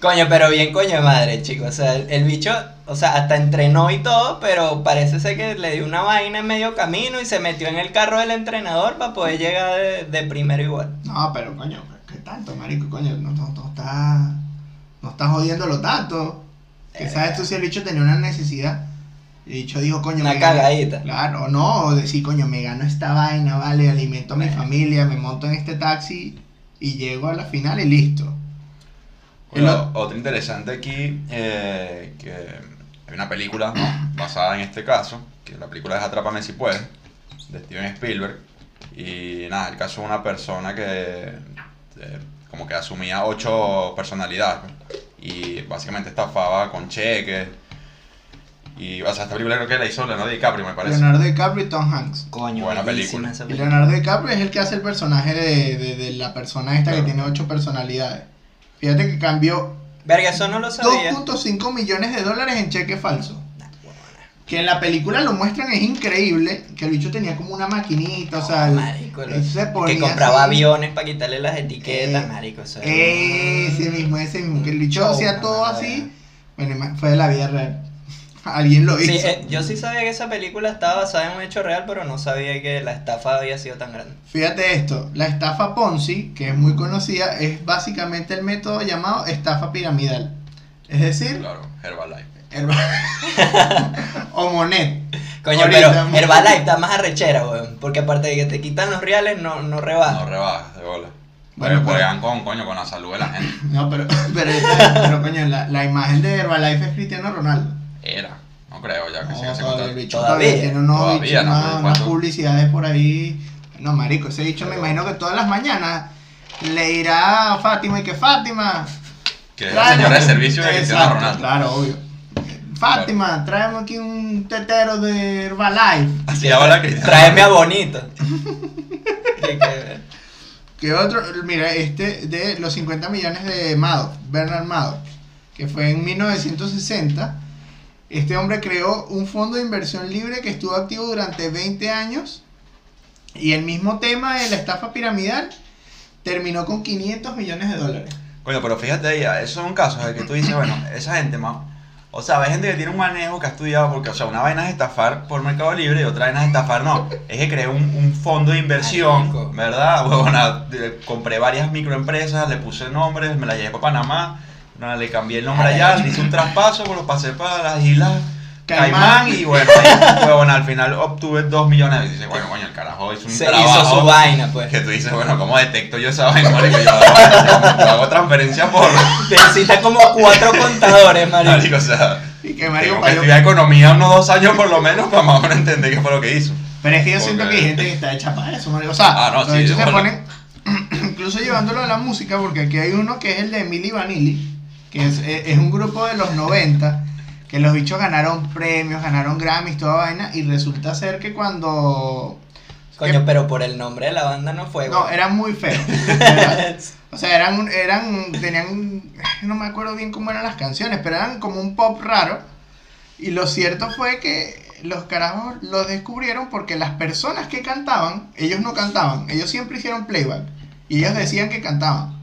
[SPEAKER 3] Coño, pero bien coño de madre, chico. O sea, el, el bicho, o sea, hasta entrenó y todo, pero parece ser que le dio una vaina en medio camino y se metió en el carro del entrenador para poder llegar de, de primero igual.
[SPEAKER 1] No, pero coño, ¿qué tanto, marico? Coño, no, no, no está. No está jodiéndolo tanto.
[SPEAKER 3] Eh.
[SPEAKER 1] Que sabes tú si el bicho tenía una necesidad. El bicho dijo, coño,
[SPEAKER 3] Una
[SPEAKER 1] me gano-
[SPEAKER 3] cagadita.
[SPEAKER 1] Claro, no, o decir, coño, me gano esta vaina, vale, alimento a mi familia, me monto en este taxi y llego a la final y listo.
[SPEAKER 2] Bueno,
[SPEAKER 1] El ot-
[SPEAKER 2] otro interesante aquí, eh, que hay una película *clears throat* ¿no? basada en este caso, que la película es Atrápame si puedes, de Steven Spielberg. Y nada, el caso de una persona que eh, como que asumía ocho personalidades ¿no? y básicamente estafaba con cheques. Y, o sea, esta película creo que la hizo Leonardo DiCaprio, me parece.
[SPEAKER 1] Leonardo DiCaprio y Tom Hanks.
[SPEAKER 3] Coño,
[SPEAKER 2] Buena
[SPEAKER 3] bellísima
[SPEAKER 2] película.
[SPEAKER 3] esa
[SPEAKER 1] Y
[SPEAKER 3] película.
[SPEAKER 1] Leonardo DiCaprio es el que hace el personaje de, de- de la persona esta
[SPEAKER 2] Claro.
[SPEAKER 1] que tiene ocho personalidades. Fíjate que cambió
[SPEAKER 3] Verga, eso no lo sabía.
[SPEAKER 1] 2.5 millones de dólares en cheque falso. Que en la película lo muestran, es increíble. Que el bicho tenía como una maquinita, o sea.
[SPEAKER 3] No,
[SPEAKER 1] el-
[SPEAKER 3] marico, lo-
[SPEAKER 1] él se
[SPEAKER 3] que
[SPEAKER 1] ponía
[SPEAKER 3] compraba
[SPEAKER 1] así.
[SPEAKER 3] aviones para quitarle las etiquetas,
[SPEAKER 1] Eh,
[SPEAKER 3] marico. Eso era
[SPEAKER 1] Ese
[SPEAKER 3] un-
[SPEAKER 1] mismo, ese mismo. Que el
[SPEAKER 3] un
[SPEAKER 1] bicho
[SPEAKER 3] show,
[SPEAKER 1] hacía
[SPEAKER 3] una
[SPEAKER 1] todo
[SPEAKER 3] madre.
[SPEAKER 1] así. Bueno, ima- fue de la vida real. *laughs* Alguien lo hizo.
[SPEAKER 3] Sí, eh, yo sí sabía que esa película estaba basada en un hecho real, pero no sabía que la estafa había sido tan grande.
[SPEAKER 1] Fíjate esto, la estafa Ponzi, que es muy conocida, es básicamente el método llamado estafa piramidal. Es decir,
[SPEAKER 2] Claro, Herbalife.
[SPEAKER 1] Herba- *laughs* o Monet.
[SPEAKER 3] Coño,
[SPEAKER 1] Ahorita,
[SPEAKER 3] pero
[SPEAKER 1] mo-
[SPEAKER 3] Herbalife está más arrechera, weón. Porque aparte de que te quitan los reales, no, no
[SPEAKER 2] No
[SPEAKER 3] rebaja.
[SPEAKER 2] rebajas de bola.
[SPEAKER 1] Ah. Bueno, pues.
[SPEAKER 2] Bueno,
[SPEAKER 1] pero-
[SPEAKER 2] juegan con, coño, con la salud de la gente.
[SPEAKER 1] No, pero, *laughs* pero, esta- pero coño, la, la imagen de Herbalife es Cristiano Ronaldo.
[SPEAKER 2] Era. No creo, ya que
[SPEAKER 1] No,
[SPEAKER 2] sigue ese
[SPEAKER 1] todavía, el
[SPEAKER 2] contrato.
[SPEAKER 1] bicho todavía
[SPEAKER 3] Todavía,
[SPEAKER 1] tiene unos
[SPEAKER 2] todavía,
[SPEAKER 1] bichos,
[SPEAKER 2] no,
[SPEAKER 1] una-
[SPEAKER 2] pero
[SPEAKER 1] unas
[SPEAKER 2] ¿cuánto?
[SPEAKER 1] publicidades por ahí. No, marico, ese bicho me
[SPEAKER 2] Pero-
[SPEAKER 1] imagino que todas las mañanas le irá a Fátima y que Fátima.
[SPEAKER 2] Que es la
[SPEAKER 1] tráeme-
[SPEAKER 2] señora de servicio de Cristiano
[SPEAKER 1] Exacto,
[SPEAKER 2] Ronaldo.
[SPEAKER 1] Claro, obvio. Fátima, traemos aquí un tetero de Herbalife.
[SPEAKER 2] Así ahora Cristiano.
[SPEAKER 3] Tráeme
[SPEAKER 1] *laughs*
[SPEAKER 3] a Bonito. De que-
[SPEAKER 1] ¿Qué otro? Mira, este de los 50 millones de Madoff, Bernard Madoff. que fue en 1960, este hombre creó un fondo de inversión libre que estuvo activo durante 20 años y el mismo tema de la estafa piramidal terminó con 500 millones de dólares.
[SPEAKER 2] Coño, pero fíjate ahí, esos son casos de que tú dices, bueno, esa gente más. O sea, hay gente que tiene un manejo que ha estudiado, porque, o sea, una vaina es estafar por Mercado Libre y otra vaina es estafar, no. Es que creé un, un fondo de
[SPEAKER 3] Marico.
[SPEAKER 2] inversión, ¿verdad? *laughs* Huevona, de- compré varias microempresas, le puse nombres, me las llevé para Panamá, no, le cambié el nombre allá, le hice un traspaso, pues lo pasé para las islas Caimán,
[SPEAKER 1] Caimán.
[SPEAKER 2] y bueno, ahí, huevona, al final obtuve 2 millones. Y dices, bueno, coño, el carajo hizo un
[SPEAKER 3] Se
[SPEAKER 2] trabajo.
[SPEAKER 3] hizo su vaina, pues.
[SPEAKER 2] Que tú dices, bueno, ¿cómo detecto yo esa vaina? Marico, yo hago, yo hago transferencia por...
[SPEAKER 3] *laughs* Necesita como cuatro contadores, marico.
[SPEAKER 2] Marico, o sea,
[SPEAKER 1] Y que Mario
[SPEAKER 2] tengo que estudiar economía unos dos años por lo menos para más o menos entender qué fue lo que hizo.
[SPEAKER 1] Pero es que yo siento
[SPEAKER 2] Ok.
[SPEAKER 1] que hay gente que está hecha para eso, Mario. O sea,
[SPEAKER 2] Ah, no,
[SPEAKER 1] los
[SPEAKER 2] sí,
[SPEAKER 1] bichos se
[SPEAKER 2] bueno.
[SPEAKER 1] ponen, *clears throat* incluso llevándolo a la música, porque aquí hay uno que es el de Emily Vanilli, que es, es- es un grupo de los 90, que los bichos ganaron premios, ganaron Grammys, toda vaina, y resulta ser que cuando...
[SPEAKER 3] Coño, pero por el nombre de la banda no fue,
[SPEAKER 1] No,
[SPEAKER 3] güey.
[SPEAKER 1] eran muy feos. ¿verdad? O sea, eran, un- eran, tenían, un- no me acuerdo bien cómo eran las canciones, pero eran como un pop raro. Y lo cierto fue que los carajos los descubrieron porque las personas que cantaban, ellos no cantaban, ellos siempre hicieron playback. Y ellos decían que cantaban.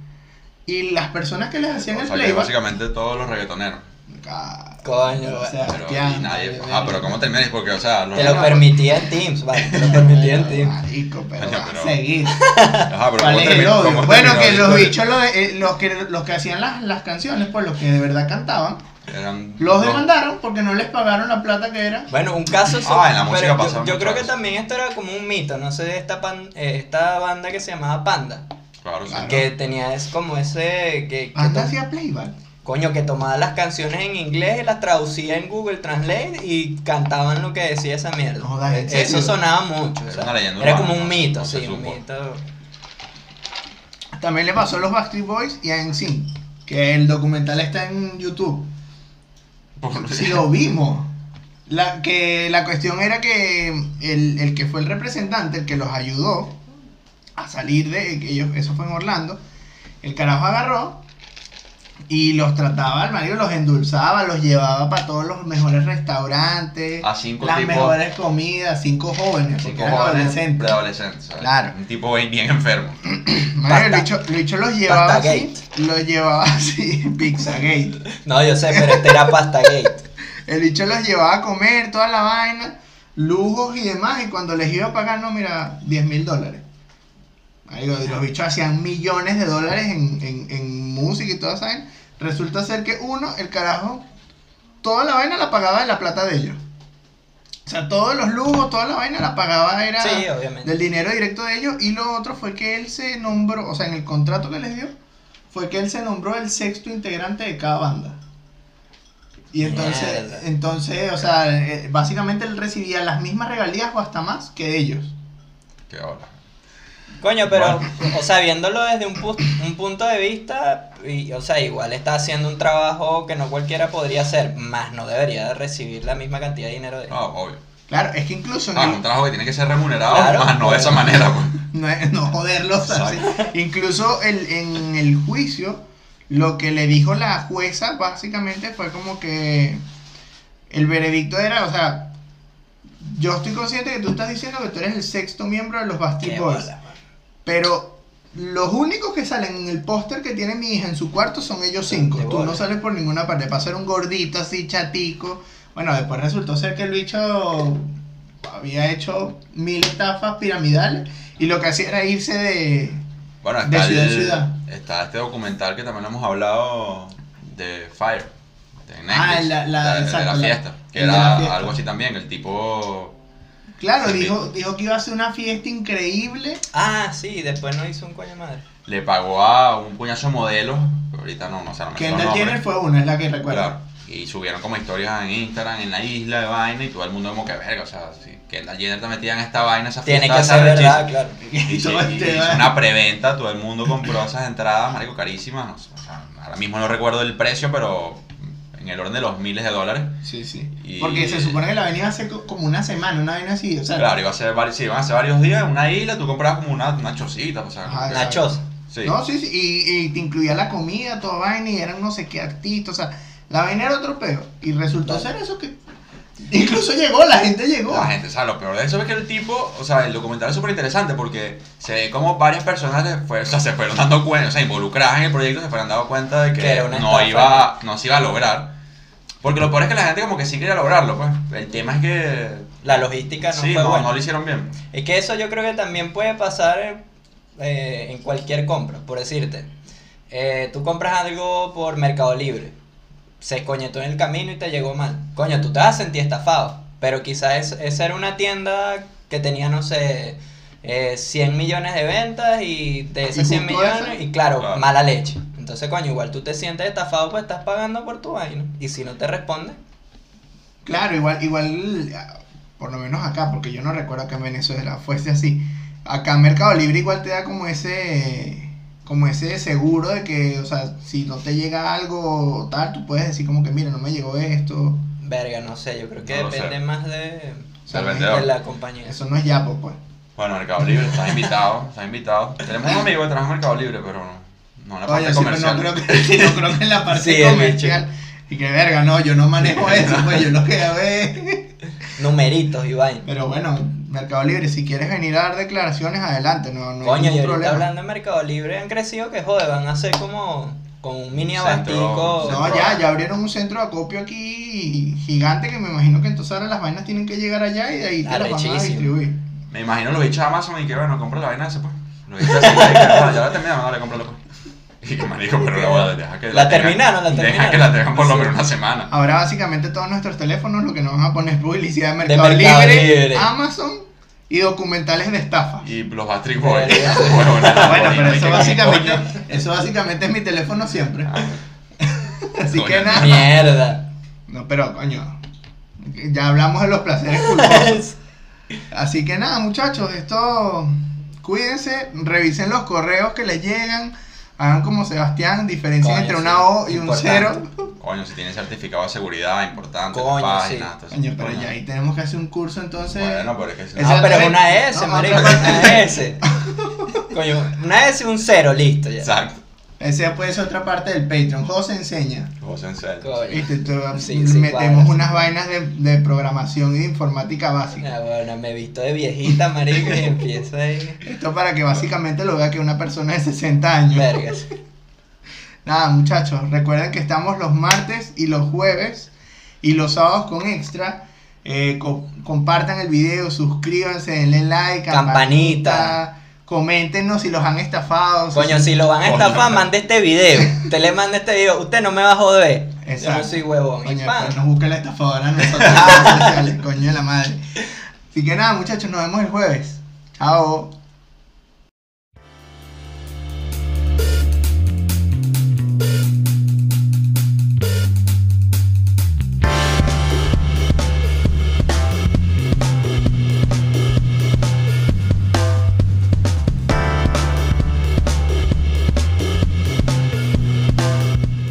[SPEAKER 1] Y las personas que les hacían
[SPEAKER 2] O
[SPEAKER 1] el
[SPEAKER 2] sea, que
[SPEAKER 1] playback...
[SPEAKER 2] básicamente todos los reggaetoneros.
[SPEAKER 1] Ah,
[SPEAKER 3] Coño,
[SPEAKER 1] o sea,
[SPEAKER 2] Pero,
[SPEAKER 1] ya,
[SPEAKER 2] y nadie...
[SPEAKER 1] madre
[SPEAKER 2] Ah,
[SPEAKER 1] mía.
[SPEAKER 2] pero ¿cómo termináis? Porque, o sea, los...
[SPEAKER 3] Te lo
[SPEAKER 1] no,
[SPEAKER 3] permitía en Teams, vale, te
[SPEAKER 2] *laughs*
[SPEAKER 3] lo permitía en Teams.
[SPEAKER 1] Marico, pero
[SPEAKER 2] Coño,
[SPEAKER 1] va a
[SPEAKER 2] pero-
[SPEAKER 1] seguir.
[SPEAKER 2] Ajá, pero
[SPEAKER 1] ¿Cuál
[SPEAKER 2] ¿cómo
[SPEAKER 1] es el
[SPEAKER 2] terminó-
[SPEAKER 1] obvio?
[SPEAKER 2] cómo
[SPEAKER 1] Bueno,
[SPEAKER 2] terminó
[SPEAKER 1] que
[SPEAKER 2] la
[SPEAKER 1] los
[SPEAKER 2] historia?
[SPEAKER 1] bichos, los, de- eh, los, que, los que hacían las, las canciones, pues los que de verdad cantaban,
[SPEAKER 2] Eran
[SPEAKER 1] los
[SPEAKER 2] dos.
[SPEAKER 1] demandaron porque no les pagaron la plata que era.
[SPEAKER 3] Bueno, un caso
[SPEAKER 2] Ah, en la música
[SPEAKER 3] pero yo-
[SPEAKER 2] pasaba
[SPEAKER 3] Yo,
[SPEAKER 2] mucho
[SPEAKER 3] creo que
[SPEAKER 2] eso.
[SPEAKER 3] también esto era como un mito, no sé, esta, pan- eh, esta banda que se llamaba Panda,
[SPEAKER 2] Claro, sí.
[SPEAKER 1] Claro.
[SPEAKER 3] que tenía es como ese... Que, que
[SPEAKER 2] Ah,
[SPEAKER 1] Anda
[SPEAKER 3] to-
[SPEAKER 1] hacía playback.
[SPEAKER 3] Coño, que tomaba las canciones en inglés y las traducía en Google Translate y cantaban lo que decía esa mierda.
[SPEAKER 1] No jodas, ¿en
[SPEAKER 3] Eh, Eso
[SPEAKER 1] serio?
[SPEAKER 3] sonaba mucho. o
[SPEAKER 2] Era
[SPEAKER 3] sea,
[SPEAKER 2] una leyenda
[SPEAKER 3] era
[SPEAKER 2] urbana,
[SPEAKER 3] como un
[SPEAKER 2] no-
[SPEAKER 3] mito,
[SPEAKER 2] no se
[SPEAKER 3] sí, un
[SPEAKER 2] supo.
[SPEAKER 3] mito.
[SPEAKER 1] También le pasó a los Backstreet Boys y a NSYNC, que el documental está en YouTube.
[SPEAKER 2] *laughs* Por-
[SPEAKER 1] Si lo vimos. La, que la cuestión era que el, el que fue el representante, el que los ayudó a salir de que ellos, eso fue en Orlando, el carajo agarró y los trataba al marido, los endulzaba, los llevaba para todos los mejores restaurantes,
[SPEAKER 2] A cinco
[SPEAKER 1] las
[SPEAKER 2] tipos-
[SPEAKER 1] mejores comidas, cinco jóvenes, porque
[SPEAKER 2] Cinco
[SPEAKER 1] eran
[SPEAKER 2] jóvenes
[SPEAKER 1] adolescentes.
[SPEAKER 2] preadolescentes. ¿sabes?
[SPEAKER 1] Claro.
[SPEAKER 2] Un tipo bien bien enfermo.
[SPEAKER 1] Marico, el
[SPEAKER 3] Pasta-
[SPEAKER 1] bicho- el bicho los llevaba
[SPEAKER 3] Pasta
[SPEAKER 1] así, los llevaba *laughs* así, Pizzagate.
[SPEAKER 3] No, yo sé, pero este era Pasta Gate.
[SPEAKER 1] El bicho los llevaba a comer, toda la vaina, lujos y demás, y cuando les iba a pagar, no, mira, 10 mil dólares. Marico, y los bichos hacían millones de dólares en, en- en música y toda esa vaina. Resulta ser que uno, el carajo, toda la vaina la pagaba de la plata de ellos. O sea, todos los lujos, toda la vaina la pagaba era
[SPEAKER 3] Sí, obviamente.
[SPEAKER 1] del dinero directo de ellos. Y lo otro fue que él se nombró, o sea, en el contrato que les dio, fue que él se nombró el sexto integrante de cada banda. Y entonces,
[SPEAKER 3] Mierda.
[SPEAKER 1] entonces, o sea, eh, básicamente él recibía las mismas regalías o hasta más que ellos.
[SPEAKER 2] Qué hora.
[SPEAKER 3] Coño, pero, o sea, viéndolo desde un, pu- un punto de vista, y, o sea, igual está haciendo un trabajo que no cualquiera podría hacer, más no debería recibir la misma cantidad de dinero de...
[SPEAKER 2] Ah, obvio.
[SPEAKER 1] Claro, es que incluso en
[SPEAKER 2] Ah,
[SPEAKER 1] el-
[SPEAKER 2] es un trabajo que tiene que ser remunerado,
[SPEAKER 3] Claro.
[SPEAKER 2] más no de esa manera, pues.
[SPEAKER 1] no, es-
[SPEAKER 3] *laughs*
[SPEAKER 1] no joderlos. ¿sabes? Incluso el- en el juicio, lo que le dijo la jueza básicamente fue como que el veredicto era, o sea, yo estoy consciente que tú estás diciendo que tú eres el sexto miembro de los Bastille
[SPEAKER 3] Qué
[SPEAKER 1] Boys,
[SPEAKER 3] bola, mano.
[SPEAKER 1] pero los únicos que salen en el póster que tiene mi hija en su cuarto son ellos cinco.
[SPEAKER 3] Qué
[SPEAKER 1] Tú
[SPEAKER 3] bola.
[SPEAKER 1] no sales por ninguna parte, para ser un gordito así, chatico. Bueno, después resultó ser que el bicho había hecho mil estafas piramidales y lo que hacía era irse de...
[SPEAKER 2] Bueno,
[SPEAKER 1] De
[SPEAKER 2] está,
[SPEAKER 1] ciudad en
[SPEAKER 2] el-
[SPEAKER 1] ciudad.
[SPEAKER 2] está este documental que también hemos hablado de Fire, de Netflix,
[SPEAKER 1] Ah, la- la-
[SPEAKER 2] de- de,
[SPEAKER 1] exacto, la-
[SPEAKER 2] la fiesta, que
[SPEAKER 1] el de
[SPEAKER 2] era
[SPEAKER 1] la fiesta.
[SPEAKER 2] algo así también, el tipo...
[SPEAKER 1] Claro,
[SPEAKER 2] Sí.
[SPEAKER 1] dijo, dijo que iba a hacer una fiesta increíble.
[SPEAKER 3] Ah, sí, después no hizo un coño de madre.
[SPEAKER 2] le pagó a un puñazo de modelos, pero ahorita no, no sé, no me acuerdo
[SPEAKER 1] Kendall
[SPEAKER 2] el nombre.
[SPEAKER 1] Jenner fue una, es la que recuerdo.
[SPEAKER 2] Claro, y subieron como historias en Instagram, en la isla de vaina, y todo el mundo como que verga, o sea, si Kendall Jenner está metida en esta vaina, esa
[SPEAKER 3] Tiene que
[SPEAKER 2] fiesta va a
[SPEAKER 3] ser
[SPEAKER 2] estar
[SPEAKER 3] verdad,
[SPEAKER 2] rechísima.
[SPEAKER 3] claro.
[SPEAKER 1] *laughs*
[SPEAKER 2] Y se-
[SPEAKER 1] Todo
[SPEAKER 2] y
[SPEAKER 1] este
[SPEAKER 2] hizo
[SPEAKER 1] va-
[SPEAKER 2] una preventa, todo el mundo compró esas entradas, marico, carísimas. no sé, o sea, ahora mismo no recuerdo el precio, pero en el orden de los miles de dólares.
[SPEAKER 1] Sí, sí.
[SPEAKER 2] Y-
[SPEAKER 1] Porque se supone que la venía hace co- como una semana, una vaina así. O sea,
[SPEAKER 2] Claro, iba a ser varios, sí, iban a ser varios días en una isla, tú comprabas como una, una chocita, o sea,
[SPEAKER 1] Ajá,
[SPEAKER 2] como que-
[SPEAKER 1] la-
[SPEAKER 3] Nachos.
[SPEAKER 2] Sí.
[SPEAKER 1] No, sí, sí. Y, y te incluía la comida, toda vaina, y eran no sé qué artistas. O sea, la vaina era otro peo. Y resultó ser eso que. *laughs* Incluso llegó, la gente llegó.
[SPEAKER 2] La gente, o sea, lo peor de eso es que el tipo, o sea, el documental es súper interesante porque se ve como varias personas se, fue- o sea, se fueron dando cuenta, o sea, involucradas en el proyecto, se fueron dando cuenta de
[SPEAKER 3] Que
[SPEAKER 2] que
[SPEAKER 3] era una
[SPEAKER 2] no,
[SPEAKER 3] estafa,
[SPEAKER 2] iba, no se iba a lograr. Porque lo peor es que la gente como que sí quería lograrlo, pues. El tema es que...
[SPEAKER 3] La logística no
[SPEAKER 2] sí,
[SPEAKER 3] fue
[SPEAKER 2] no,
[SPEAKER 3] buena.
[SPEAKER 2] no lo hicieron bien.
[SPEAKER 3] Es que eso yo creo que también puede pasar eh, en cualquier compra, por decirte. Eh, tú compras algo por Mercado Libre, se coñetó en el camino y te llegó mal. Coño, tú te vas a sentir estafado, pero quizás es- esa era una tienda que tenía, no sé, eh, 100 millones de ventas y de
[SPEAKER 1] ¿Y
[SPEAKER 3] esos 100
[SPEAKER 1] justo
[SPEAKER 3] millones,
[SPEAKER 1] esa?
[SPEAKER 3] y claro,
[SPEAKER 2] Claro.
[SPEAKER 3] mala leche. Entonces, coño, igual tú te sientes estafado, pues estás pagando por tu vaina. Y si no te responde,
[SPEAKER 1] Claro, igual, igual, por lo menos acá, porque yo no recuerdo que en Venezuela fuese así. Acá Mercado Libre igual te da como ese, como ese seguro de que, o sea, si no te llega algo o tal, tú puedes decir como que, mira, no me llegó esto.
[SPEAKER 3] verga, no sé, yo creo que
[SPEAKER 2] No lo sé.
[SPEAKER 3] depende más de,
[SPEAKER 1] O sea,
[SPEAKER 2] Del
[SPEAKER 1] no es-
[SPEAKER 2] vendedor.
[SPEAKER 3] de la compañía.
[SPEAKER 1] eso no es yapo, pues.
[SPEAKER 2] Bueno, Mercado Libre, estás invitado, estás invitado. Tenemos un amigo que trabaja en Mercado Libre, pero no, no en la parte
[SPEAKER 1] Oye, sí, pero
[SPEAKER 2] comercial.
[SPEAKER 1] no creo, que, no creo que en
[SPEAKER 3] *laughs*
[SPEAKER 1] la parte
[SPEAKER 3] Sí, el
[SPEAKER 1] comercial. Y que verga, no, yo no manejo eso, pues yo lo que hago es. *laughs*
[SPEAKER 3] numeritos y vaina.
[SPEAKER 1] Pero bueno, Mercado Libre, si quieres venir a dar declaraciones, adelante, no, no hay
[SPEAKER 3] Coño, y
[SPEAKER 1] ningún
[SPEAKER 3] ahorita
[SPEAKER 1] problema.
[SPEAKER 3] hablando de Mercado Libre han crecido que jode, van a ser como, como un mini
[SPEAKER 2] Centro-
[SPEAKER 3] abastico.
[SPEAKER 1] No, ya, ya abrieron un centro de acopio aquí gigante que me imagino que entonces ahora las vainas tienen que llegar allá y de ahí te las van a
[SPEAKER 3] Arrechísimo.
[SPEAKER 1] distribuir.
[SPEAKER 2] Me imagino lo bichos de Amazon y que bueno, compra la vaina esa, pues. Lo bichos así, de que, "Ah, ya la terminaron, dale, cómpralo, pues. Y que marico, pero la voy a dejar que
[SPEAKER 3] La
[SPEAKER 2] tengan-
[SPEAKER 3] terminaron, la
[SPEAKER 2] Deja
[SPEAKER 3] terminaron.
[SPEAKER 2] que la tengan por lo
[SPEAKER 3] Sí.
[SPEAKER 2] menos una semana.
[SPEAKER 1] Ahora básicamente todos nuestros teléfonos lo que nos van a poner es publicidad de Mercado,
[SPEAKER 3] Mercado
[SPEAKER 1] Libre,
[SPEAKER 3] Libre.
[SPEAKER 1] Amazon y documentales de estafa.
[SPEAKER 2] Y los Bastric Boys.
[SPEAKER 3] Verga.
[SPEAKER 2] *laughs* Bueno,
[SPEAKER 3] Ah,
[SPEAKER 2] nada,
[SPEAKER 1] Ah, bueno,
[SPEAKER 2] boy,
[SPEAKER 1] pero
[SPEAKER 2] no hay
[SPEAKER 1] eso
[SPEAKER 2] que-
[SPEAKER 1] básicamente,
[SPEAKER 2] coño.
[SPEAKER 1] eso básicamente es mi teléfono siempre.
[SPEAKER 2] Ah,
[SPEAKER 1] *laughs* Así
[SPEAKER 2] coño,
[SPEAKER 1] que nada. *laughs*
[SPEAKER 3] Mierda.
[SPEAKER 1] No, pero coño. Ya hablamos de los placeres culposos.
[SPEAKER 3] Ah,
[SPEAKER 1] Así que nada, muchachos, esto. Cuídense, revisen los correos que les llegan. Hagan como Sebastián, diferencien
[SPEAKER 3] Coño,
[SPEAKER 1] entre
[SPEAKER 3] sí,
[SPEAKER 1] una O y un
[SPEAKER 3] importante.
[SPEAKER 1] cero.
[SPEAKER 2] Coño, si tiene certificado de seguridad importante,
[SPEAKER 3] Coño,
[SPEAKER 2] la página,
[SPEAKER 3] sí.
[SPEAKER 2] todo eso,
[SPEAKER 1] Coño, pero
[SPEAKER 2] coño.
[SPEAKER 1] ya ahí tenemos que hacer un curso entonces.
[SPEAKER 2] Bueno, pero es que si
[SPEAKER 1] Esa-
[SPEAKER 3] No, pero es una S,
[SPEAKER 1] No,
[SPEAKER 3] marico,
[SPEAKER 1] otra parte.
[SPEAKER 3] una S. Coño, una S y un cero, listo ya.
[SPEAKER 2] Exacto.
[SPEAKER 1] Esa puede ser otra parte del Patreon. José enseña.
[SPEAKER 2] José en serio.
[SPEAKER 3] Coño.
[SPEAKER 1] Este, tú-
[SPEAKER 3] Sí, sí,
[SPEAKER 1] metemos
[SPEAKER 3] cuadra,
[SPEAKER 1] unas
[SPEAKER 3] sí.
[SPEAKER 1] vainas de, de programación y de informática básica.
[SPEAKER 3] Ah, bueno, me he visto de viejita, marico, y empiezo ahí.
[SPEAKER 1] Esto para que básicamente lo vea que una persona de 60 años.
[SPEAKER 3] Vergas.
[SPEAKER 1] Nada, muchachos, recuerden que estamos los martes y los jueves y los sábados con extra. Eh, co- compartan el video, suscríbanse, denle like,
[SPEAKER 3] Campanita.
[SPEAKER 1] Coméntenos si los han estafado. si
[SPEAKER 3] Coño,
[SPEAKER 1] son-
[SPEAKER 3] si lo van a
[SPEAKER 2] Coño.
[SPEAKER 3] estafar, mande este video. Te le manda este video. Usted no me va a joder. Yo
[SPEAKER 1] Exacto.
[SPEAKER 3] no soy huevón. y
[SPEAKER 1] Coño,
[SPEAKER 3] pan.
[SPEAKER 1] pues nos busca la estafadora a nosotros en las redes sociales, coño de la madre. Así que nada, muchachos, nos vemos el jueves. Chao.